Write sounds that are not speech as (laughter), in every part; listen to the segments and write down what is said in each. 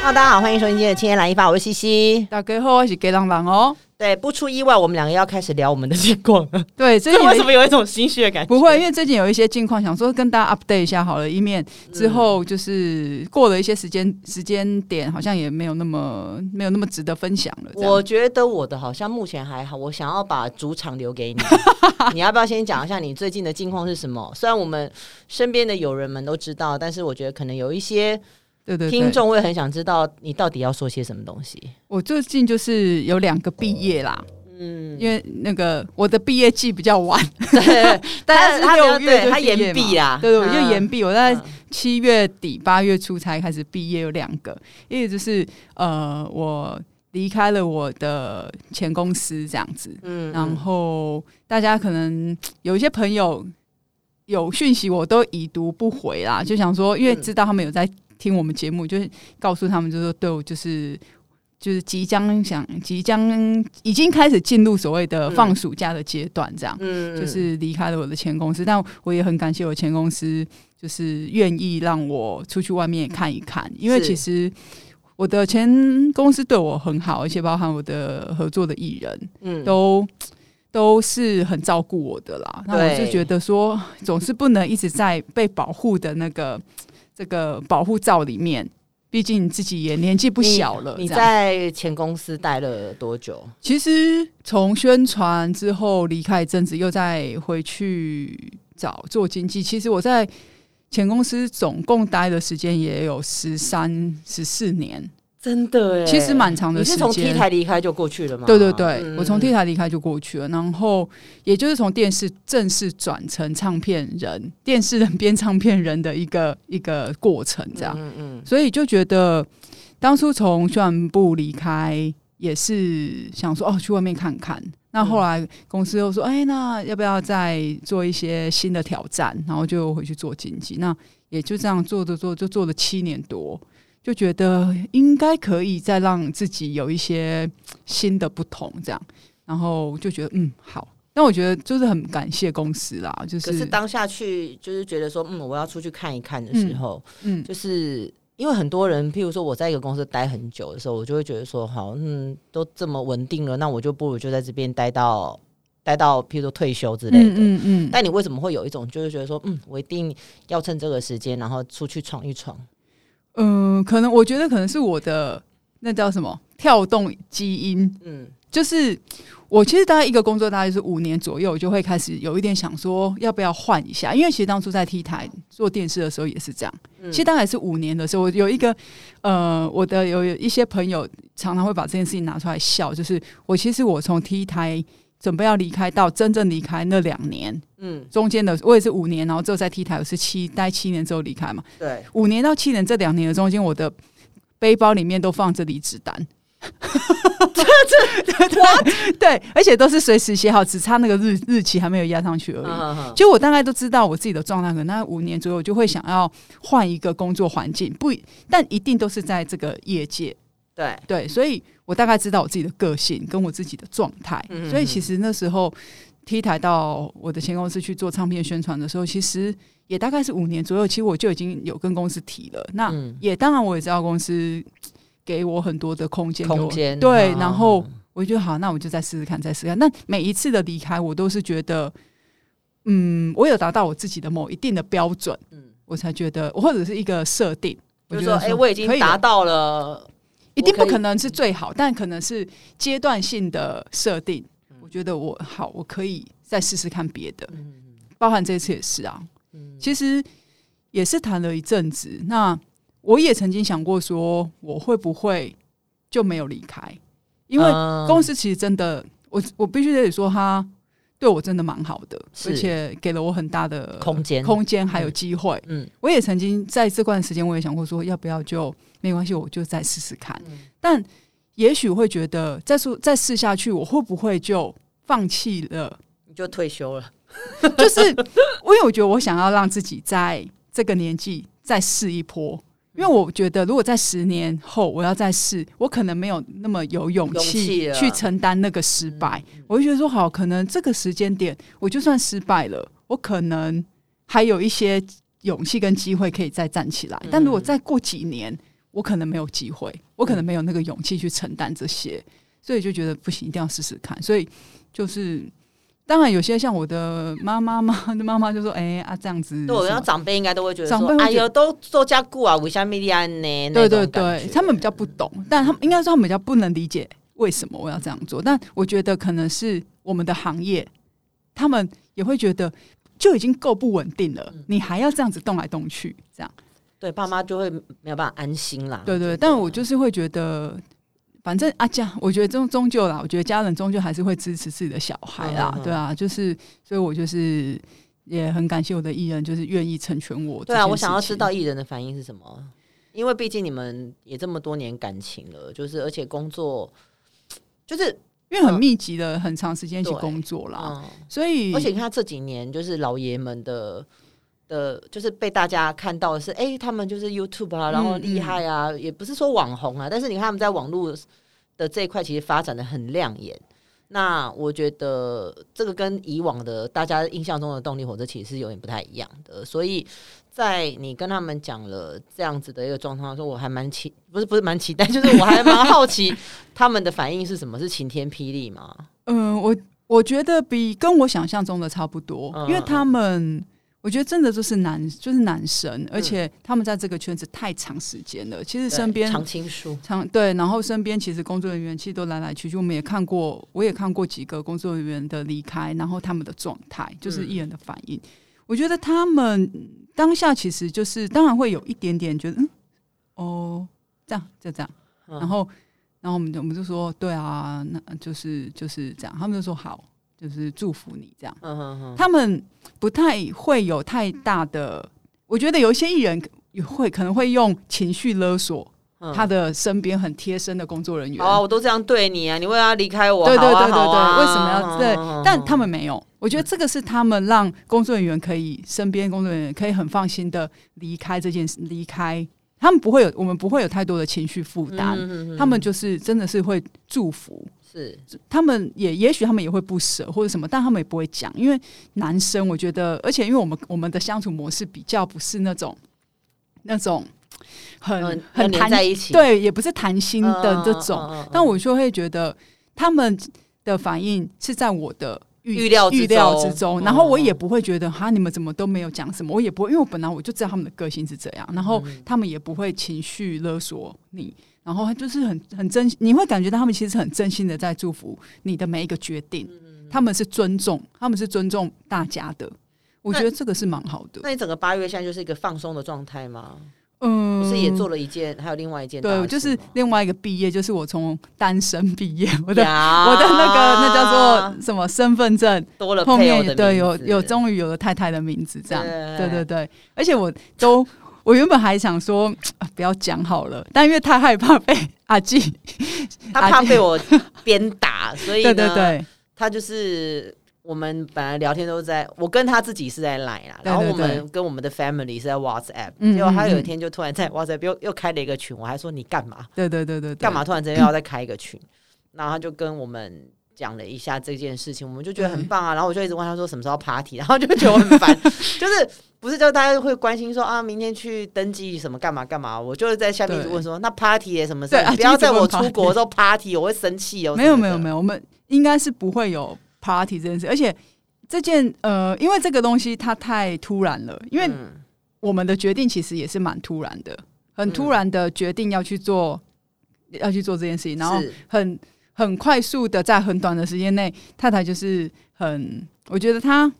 Hello，大家好，欢迎收听今天的《青年来一发》，我是西西。大家好，我是给郎郎哦。对，不出意外，我们两个要开始聊我们的 (laughs) 近况了。对，最这近有为一什么有一种心虚的感觉？不会，因为最近有一些近况，想说跟大家 update 一下好了，以免之嗯后就是过了一些时间时间点，好像也没有那么没有那么值得分享了。这样我觉得我的好像目前还好，我想要把主场留给 (laughs) 你。你要不要先讲一下你最近的近况是什么？虽然我们身边的友人们都知道，但是我觉得可能有一些对对对听众会很想知道你到底要说些什么东西。我最近就是有两个毕业啦，嗯，因为那个我的毕业季比较晚，对，但是他六他月对就他毕业延毕嘛啊对对，我就嗯延毕，我在七月底八月初才开始毕业，有两个，一个就是呃，我离开了我的前公司这样子， (laughs) 嗯然后大家可能有一些朋友有讯息我都已读不回啦，就想说，因为嗯知道他们有在听我们节目，就是告诉他们，就是说对我就是。就是即将想，即将已经开始进入所谓的放暑假的阶段，这样。嗯就是离开了我的前公司，但我也很感谢我前公司，就是愿意让我出去外面看一看，因为嗯是其实我的前公司对我很好，而且包含我的合作的艺人嗯都。都是很照顾我的啦，那我对就觉得说，总是不能一直在被保护的那个这个保护罩里面，毕竟自己也年纪不小了。你你这样在前公司待了多久？其实从宣传之后离开一阵子，又再回去找做经济。其实我在前公司总共待的时间也有十三、十四年，真的哎其实蛮长的你时是间。从 T 台离开就过去了吗？对对对，嗯我从 T 台离开就过去了，然后也就是从电视正式转成唱片人，电视人 (laughs) 变唱片人的一个一个过程，这样。嗯嗯所以就觉得当初从宣传部离开，也是想说哦，去外面看看。那后来公司又说，哎、那要不要再做一些新的挑战？然后就回去做经济。那也就这样做着做，就做了七年多，就觉得应该可以再让自己有一些新的不同，这样。然后就觉得嗯好，但我觉得就是很感谢公司啦，就可是是当下去就是觉得说，嗯，我要出去看一看的时候，嗯就是因为很多人，譬如说我在一个公司待很久的时候，我就会觉得说，好，嗯，都这么稳定了，那我就不如就在这边待到待到，譬如说退休之类的。嗯嗯嗯，但你为什么会有一种就是觉得说，嗯，我一定要趁这个时间，然后出去闯一闯？嗯、可能我觉得可能是我的那叫什么跳动基因，嗯就是我其实大概一个工作大概是五年左右，我就会开始有一点想说要不要换一下，因为其实当初在 T 台做电视的时候也是这样，嗯其实大概是五年的时候，我有一个呃，我的有一些朋友常常会把这件事情拿出来笑，就是我其实我从 T 台准备要离开到真正离开那两年嗯，中间的，我也是五年，然后之后在 T 台我是七待七年之后离开嘛，对，五年到七年这两年的中间，我的背包里面都放着离职单。 (laughs) 这这对，而且都是随时写好，只差那个日日期还没有压上去而已。嗯就我大概都知道我自己的状态，可能那五年左右，我就会想要换一个工作环境，不，但一定都是在这个业界。对，对，所以我大概知道我自己的个性跟我自己的状态。嗯所以其实那时候 T 台到我的前公司去做唱片宣传的时候，其实也大概是五年左右，其实我就已经有跟公司提了。那嗯也当然我也知道公司给我很多的空间给我，空间对，嗯然后我就好，那我就再试试看，再试试看。那每一次的离开，我都是觉得，嗯，我有达到我自己的某一定的标准，嗯，我才觉得，或者是一个设定。我就是觉说，得哎、我已经可以了啊达到了，一定我不可以可能是最好，但可能是阶段性的设定。我觉得我好，我可以再试试看别的，嗯包含这次也是啊。嗯其实也是谈了一阵子，那我也曾经想过说，我会不会就没有离开？因为公司司其实真的，我我必须得说，他对我真的蛮好的，是而且给了我很大的空间空间还有机会。嗯我也曾经在这段时间，我也想过说，要不要就没关系，我就再试试看。嗯但也许会觉得再说再试下去，我会不会就放弃了？你就退休了， (laughs) 就是因为我觉得我想要让自己在这个年纪再试一波。因为我觉得，如果在十年后我要再试，我可能没有那么有勇勇气气了嗯去承担那个失败。我就觉得说，好，可能这个时间点，我就算失败了，我可嗯能还有一些勇气跟机会可以再站起来。但如果再过几年，我可能没有机会，我可能没有那个勇气去承担这些，所以就觉得不行，一定要试试看。所以就是，当然有些像我的妈妈妈的妈妈就说：“哎、啊，这样子。”对，我要长辈应该都会觉得长说辈：“会哎觉得呦，都做家顾啊，维夏米利安呢？”对那对种感对，觉嗯他们比较不懂，但他们应该说他们比较不能理解为什么我要这样做。但我觉得可能是我们的行业，他们也会觉得就已经够不稳定了，嗯你还要这样子动来动去，这样。对爸妈就会没有办法安心啦。对对，但嗯我就是会觉得，反正啊家，我觉得终终究啦，我觉得家人终究还是会支持自己的小孩啦，嗯嗯嗯对啊，就是，所以我就是也很感谢我的艺人，就是愿意成全我这件事情。对啊，我想要知道艺人的反应是什么，因为毕竟你们也这么多年感情了，就是而且工作就是因为很密集的、很长时间一起嗯对工作啦，嗯，所以而且你看这几年就是老爷们的。的，就是被大家看到的是，哎、他们就是 YouTube 啊，然后嗯嗯厉害啊，也不是说网红啊，但是你看他们在网络的这一块其实发展的很亮眼。那我觉得这个跟以往的大家印象中的动力火车其实是有点不太一样的，所以在你跟他们讲了这样子的一个状况的时候，我还蛮期不是不是蛮期待， (laughs) 就是我还蛮好奇他们的反应是什么，是晴天霹雳吗？嗯，我我觉得比跟我想象中的差不多，嗯因为他们。我觉得真的就是男，就是男神，而且他们在这个圈子太长时间了。其实身嗯边对常青树，常对，然后身边其实工作人员其实都来来去去，我们也看过，我也看过几个工作人员的离开，然后他们的状态，就是艺人的反应。我觉得他们当下其实就是，当然会有一点点觉得，嗯，哦，这样就这样，嗯然后，然后我们就我们就说，对啊，那就是就是这样，他们就说好，就是祝福你这样。嗯哼哼，他们不太会有太大的，我觉得有一些艺人也会可能会用情绪勒索。嗯他的身边很贴身的工作人员。好啊，我都这样对你啊，你为了要离开我，对对好啊对对对，好啊为什么要对？嗯但他们没有，我觉得这个是他们让工作人员可以身边工作人员可以很放心的离开这件事，离开他们不会有我们不会有太多的情绪负嗯担，嗯嗯他们就是真的是会祝福，是他们也也许他们也会不舍或者什么，但他们也不会讲，因为男生我觉得，而且因为我们我们的相处模式比较不是那种那种很、嗯很要谈黏在一起，对，也不是谈心的这种，嗯嗯嗯嗯嗯但我就会觉得他们的反应是在我的预预料之预料中之中，嗯然后我也不会觉得哈你们怎么都没有讲什么，我也不会，因为我本来我就知道他们的个性是这样，然后嗯他们也不会情绪勒索你。然后就是很很真，你会感觉到他们其实很真心的在祝福你的每一个决定，嗯他们是尊重，他们是尊重大家的，我觉得这个是蛮好的。那你整个八月现在就是一个放松的状态吗？嗯，不是也做了一件，还有另外一件大事吗，对，就是另外一个毕业，就是我从单身毕业，我的呀我的那个那叫做什么身份证多啊了后配偶面的对名有字有终于有了太太的名字这样，对对对对，而且我都我原本还想说啊不要讲好了，但因为太害怕被阿纪，他怕被我鞭打，所以对呢对对他就是我们本来聊天都在，我跟他自己是在 Line 啦，对然后对我们跟我们的 family 是在 WhatsApp，嗯结果他嗯嗯有一天就突然在 WhatsApp 又又开了一个群，我还说你干嘛？对对对对，对干？嘛突然之间要再开一个群？然后他就跟我们讲了一下这件事情，我们就觉嗯得很棒啊。然后我就一直问他说什么时候 party，然后就觉得我很烦， (laughs) 就是不是就大家会关心说啊，明天去登记什么干嘛干嘛？我就是在下面一直问说那 party 也什么时候？对啊你不要就一直在我问出国的时候 party，我会生气哦。没有没有没有，有，我们应该是不会有 party 这件事，而且这件呃，因为这个东西它太突然了，因为嗯我们的决定其实也是蛮突然的，很突然的决定要去做、要去做这件事情，然后是很很快速的在很短的时间内，太太就是很，我觉得她，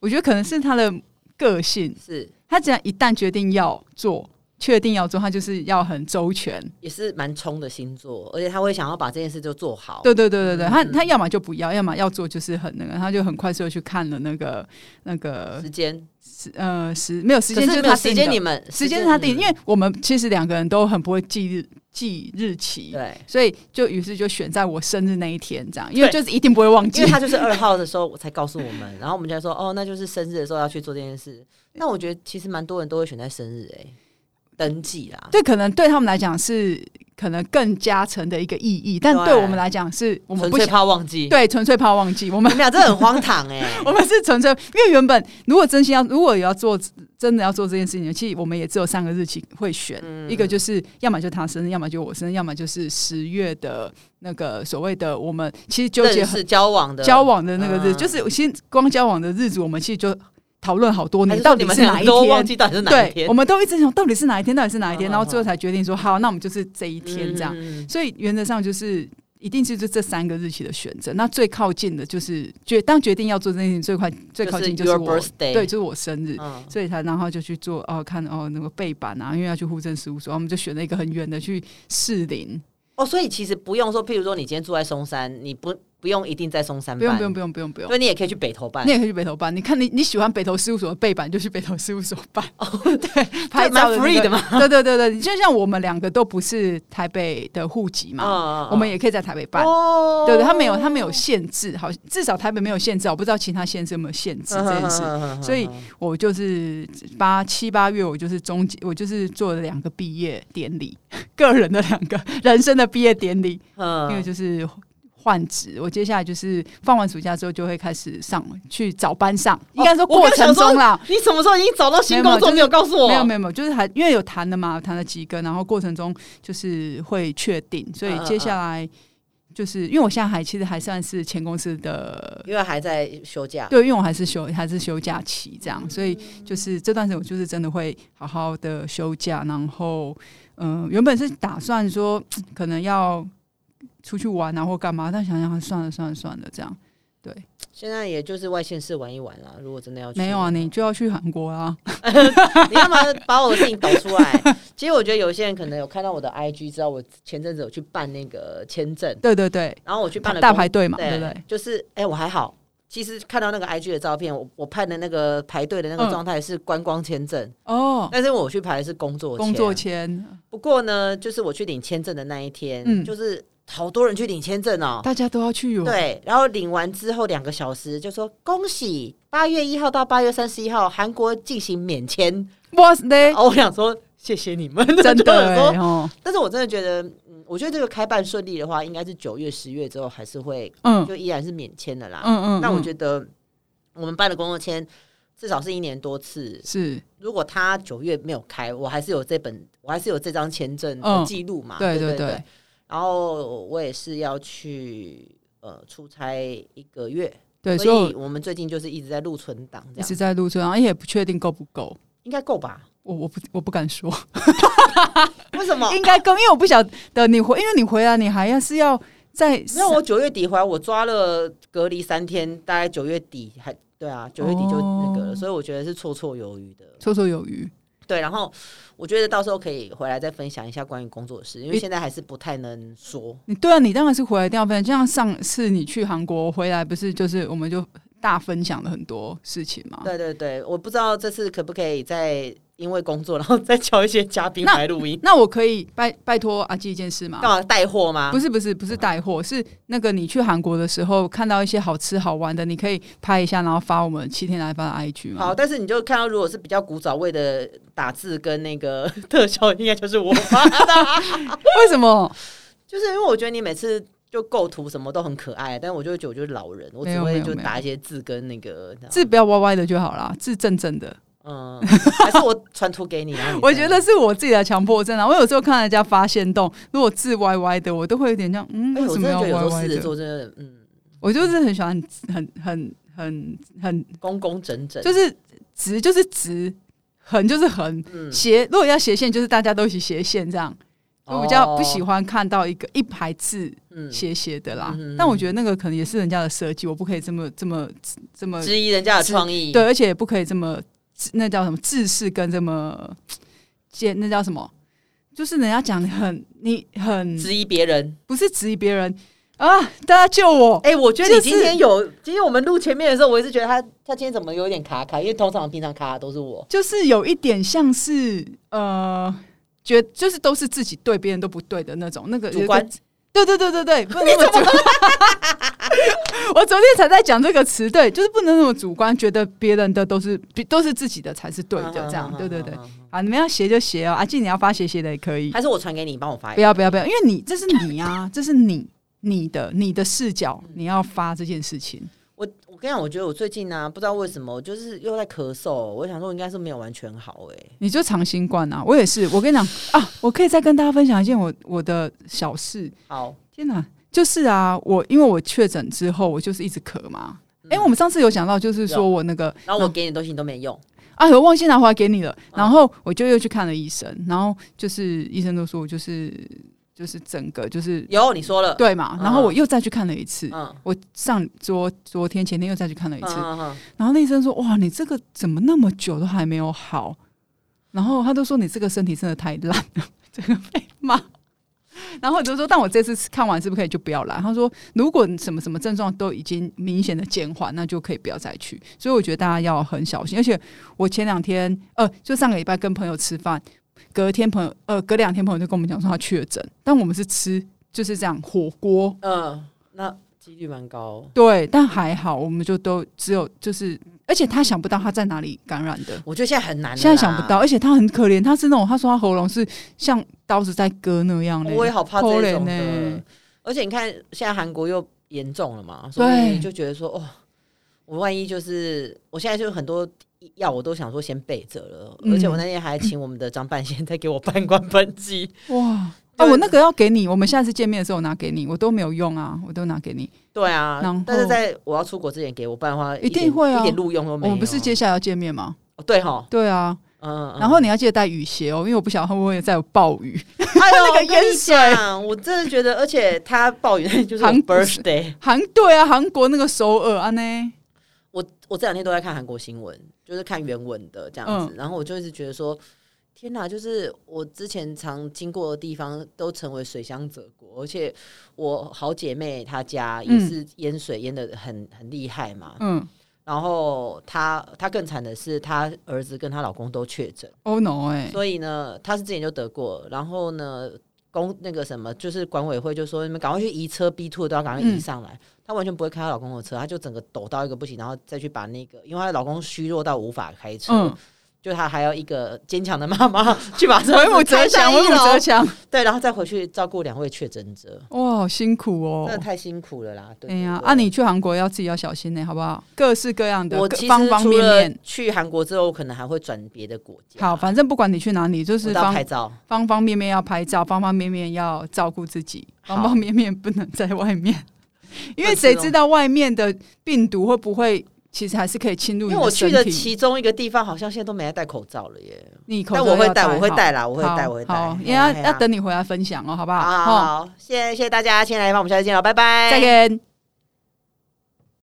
我觉得可能是她的个性，是她只要一旦决定要做，确定要做，她就是要很周全。也是蛮冲的星座，而且他会想要把这件事就做好。对对对对对，嗯她嗯她要么就不要，要么要做就是很那个，她就很快速的去看了那个那个时间，时呃时没有时可间就是是没有她时定间的你。们时间是他定，嗯因为我们其实两个人都很不会记日记日期，对，所以就于是就选在我生日那一天这样，因为对就是一定不会忘因记为。他就是二号的时候才告诉我们，然后我们就说哦，那就是生日的时候要去做这件事。那我觉得其实蛮多人都会选在生日哎、登记啦。对，可能对他们来讲是可能更加成的一个意义，但对对我们来讲是我们纯不粹想怕忘记，，对纯粹怕忘记我们 (laughs) 你们俩真的很荒唐哎、 (laughs) 我们是纯粹，因为原本如果真心要，如果有要做真的要做这件事情，其实我们也只有三个日期会选，嗯一个就是要么就他生日，要么就我生日，要么就是十月的那个所谓的我们其实纠结认很识交往的交往的那个日，嗯就是先光交往的日子，我们其实就讨论好多还年，是到说你底们是哪俩一都忘天。记到底是哪一对，天我？们都一直想到底是哪一天，到底是哪一天，嗯然后嗯最后才决定说好，那我们就是这一天这样。嗯所以原则上就是一定是就这三个日期的选择。那最靠近的就是决当决定要做这件事情，最快最靠近就是是 your 我 birthday，对，就是我生日。嗯所以他然后就去做哦，看哦那个背板啊，因为要去户政事务所，我们就选了一个很远的去士林，哦，所以其实不用说，譬如说你今天住在松山，你不不用一定在松山不用办，不用不用不用不用，对，你也可以去北投办你，也可以去北投办。你看你你喜欢北投事务所的背板，你就去北投事务所办。哦，(laughs) (laughs) 对，拍这蛮照那 free 个的嘛，对对对对，就像我们两个都不是台北的户籍嘛，嗯我们也可以在台北办。哦对对，他没有，他没有限制，好，至少台北没有限制，我不知道其他县市有没有限嗯制这件事。事所以我就是八七八月，我就是中间，我就是做了两个毕业典礼， (laughs) 个人的两个人生的毕业典礼，因为嗯，就是换职，我接下来就是放完暑假之后就会开始上去找班上，应该说哦我过刚想程中啦，你什么时候已经找到新工作？没没有有告诉我，没有没有没有，就是还因为有谈了嘛，谈了几个，然后过程中就是会确定，所以嗯嗯接下来就是因为我现在还其实还算是前公司的。因为还在休假。对，因为我还是休还是休假期这样，所以就是这段时间我就是真的会好好的休假，然后嗯、呃原本是打算说可能要出去玩啊或干嘛，但想想算了算了算了这样，现在也就是外县市玩一玩啦。如果真的要去，没有啊，你就要去韩国啊， (laughs) 你要么把我的事情抖出来。其实我觉得有些人可能有看到我的 IG，知道我前阵子有去办那个签证，对对对，然后我去办了大公排队嘛，对对不对？就是哎、我还好。其实看到那个 IG 的照片，我我拍的那个排队的那嗯个状态是观光签证，哦，但是我去排的是工作工作签。签，不过呢，就是我去领签证的那一天，嗯就是好多人去领签证哦。大家都要去有对，然后领完之后两个小时就说恭喜，八月一号到八月三十一号，韩国进行免签。哇塞然，后我想说谢谢你 (laughs) 们，哎哦 (laughs) 真就的想说欸哦，但是我真的觉得，嗯，我觉得这个开办顺利的话，应该是九月、十月之后还是会嗯就依然是免签的啦。嗯嗯，啊那我得觉得我们办的工作签至少是一年多次。是如果他九月没有开，我还是有这本，我还是有这张签证嗯的记录嘛。对啊对对对，然后我也是要去呃出差一个月，对，所所以以我我们最近就是一直在录存档，这一直样在录制，然后也不确定够不够。应该够吧？我我不我不敢说，为什么？ (laughs) 应该够，因为我不晓得你回，因为你回来你还要是要在没有，我九月底回来，我抓了隔离三天，大概九月底还对啊，九月底就那个了，哦所以我觉得是绰绰有余的。绰绰有余，对，然后我觉得到时候可以回来再分享一下关于工作的事，因为现在还是不太能说。你对啊，你当然是回来一定要分享。就像上次你去韩国回来，不是就是我们就大分享了很多事情嘛？对对对，我不知道这次可不可以再因为工作，然后再叫一些嘉宾来录音，那我可以拜拜托阿基一件事吗干？嘛带货吗？不是不是不是带货，是那个你去韩国的时候看到一些好吃好玩的，你可以拍一下，然后发我们七天来发的 IG 吗？好，但是你就看到，如果是比较古早味的打字跟那个 (laughs) 特效，应该就是我发的，为什么？就是因为我觉得你每次就构图什么都很可爱，但我就会觉得我就是老人，我没只有没会有就没有打一些字跟那个，字不要歪歪的就好啦，字正正的。嗯，还是我传图给你，然后你 (laughs) 我再觉得是我自己的强迫症啊。我有时候看人家发现动，如果字歪歪的，我都会有点这样，嗯，哎、为我什真么的要觉得有歪时候歪狮子的？座真的，嗯，我就是很喜欢很很很很，工工整整，就是直就是直，横就是横，嗯，斜如果要斜线，就是大家都一起斜线这样。我比较不喜欢，欢看到一个一排字哦嗯，斜斜的啦，嗯但我觉得那个可能也是人家的设计，我不可以这么这么这么质疑人家的创意，对，，而且也不可以这么那叫什么自视跟这么见那叫什么，就是人家讲你很你很质疑别人。不是质疑别人啊，大家救我，哎、我觉得你就是今天有，今天我们录前面的时候，我也是觉得他他今天怎么有点卡卡，因为通常平常卡的都是我。就是有一点像是呃，觉就是都是自己对别人都不对的那种，那个有一个主观，对对对对对对，不能那么主观。我昨天才在讲这个词，对，就是不能那么主观，觉得别人的都是都是自己的才是对嗯的，这样，对对对。啊，你们要写就写哦，阿静你要发写写的也可以，还是我传给你，帮我发一不个。要不要不要，因为你这是你啊，这是你你的你的视角，你要发这件事情。我我跟你讲，我觉得我最近呢、不知道为什么，我就是又在咳嗽。我想说，应该是没有完全好哎、你就长新冠啊！我也是，我跟你讲啊，我可以再跟大家分享一件我我的小事。好，天哪，就是啊，我因为我确诊之后，我就是一直咳嘛。哎、我们上次有讲到，就是嗯说有我那个，然后我给你的东西你都没用，啊，我忘记拿回来给你了，嗯然后我就又去看了医生，然后就是医生都说我就是就是整个就是有你说了，对嘛，嗯然后我又再去看了一次，嗯，我上昨昨天前天又再去看了一嗯次，嗯嗯，然后那医生说：“哇，你这个怎么那么久都还没有好？”然后他都说：“你这个身体真的太烂了， (laughs) 这个被骂。”然后我就说：“但我这次看完是不是可以就不要来？”他说：“如果什么什么症状都已经明显的减缓，那就可以不要再去。”所以我觉得大家要很小心。而且我前两天呃，就上个礼拜跟朋友吃饭，隔天朋友呃隔两天朋友就跟我们讲说他确诊，但我们是吃就是这样火锅，嗯嗯那几率蛮高。对，但还好，我们就都只有就是，而且他想不到他在哪里感染的，我觉得现在很难，现在想不到，。而哎且他很可怜，他是那种他说他喉咙是像刀子在割那样的，我也好怕这种可怜的呢，而且你看现在韩国又严重了嘛，所对以就觉得说，哦，我万一就是我现在就很多药我都想说先备着了，嗯而且我那天还请我们的张半仙再给我办关本机，哇。对哦，我那个要给你，我们下次见面的时候我拿给你，我都没有用啊，我都拿给你。对然啊后，但是在我要出国之前给我办的话，一定点会啊一点录用都我没有。们不是接下来要见面吗？哦对哈，对啊，嗯，嗯然后你要记得带雨鞋哦，因为我不晓得会不会再有暴雨。 (laughs) 哎呦，那个我跟你淹水讲，我真的觉得，而且他暴雨那天就是我韩国 birthday，韩对啊，韩国那个首尔啊呢，我我这两天都在看韩国新闻，就是看原文的这嗯样子，然后我就一直觉得说，天哪，就是我之前常经过的地方都成为水乡泽国，而且我好姐妹她家也是淹水淹的很很厉害嘛，嗯然后她她更惨的是她儿子跟她老公都确诊， ，Oh no 哎、所以呢，她是之前就得过，然后呢。公那个什么，就是管委会就说你们赶快去移车，B two 都要赶快移上来。嗯她完全不会开她老公的车，她就整个抖到一个不行，然后再去把那个，因为她老公虚弱到无法开车，嗯，就她还要一个坚强的妈妈 (laughs) 去把车为母子开则上强，一为母楼则强，对，然后再回去照顾两位确诊者，哇，好辛苦哦，真的太辛苦了啦。对哎对呀，对啊，你去韩国要自己要小心呢、欸好不好？各式各样的，我各其方实方除面了面。去韩国之后，我可能还会转别的国家，好，反正不管你去哪里，就啊我是都要方拍照。方方面面要拍照，方方面面要照顾自己，好方方面面不能在 (laughs) 外面，因为不能谁吃哦知道外面的病毒会不会其实还是可以侵入因你为我去身的体。其中一个地方，好像现在都没在戴口罩了耶。你口但罩我会要戴，我会好戴啦，我会好戴，我会戴。好，因为嘿啊要嘿啊要等你回来分享哦，好不好好？好好，好，谢谢谢谢大家，今天来访，我们下次见了，拜拜，再见。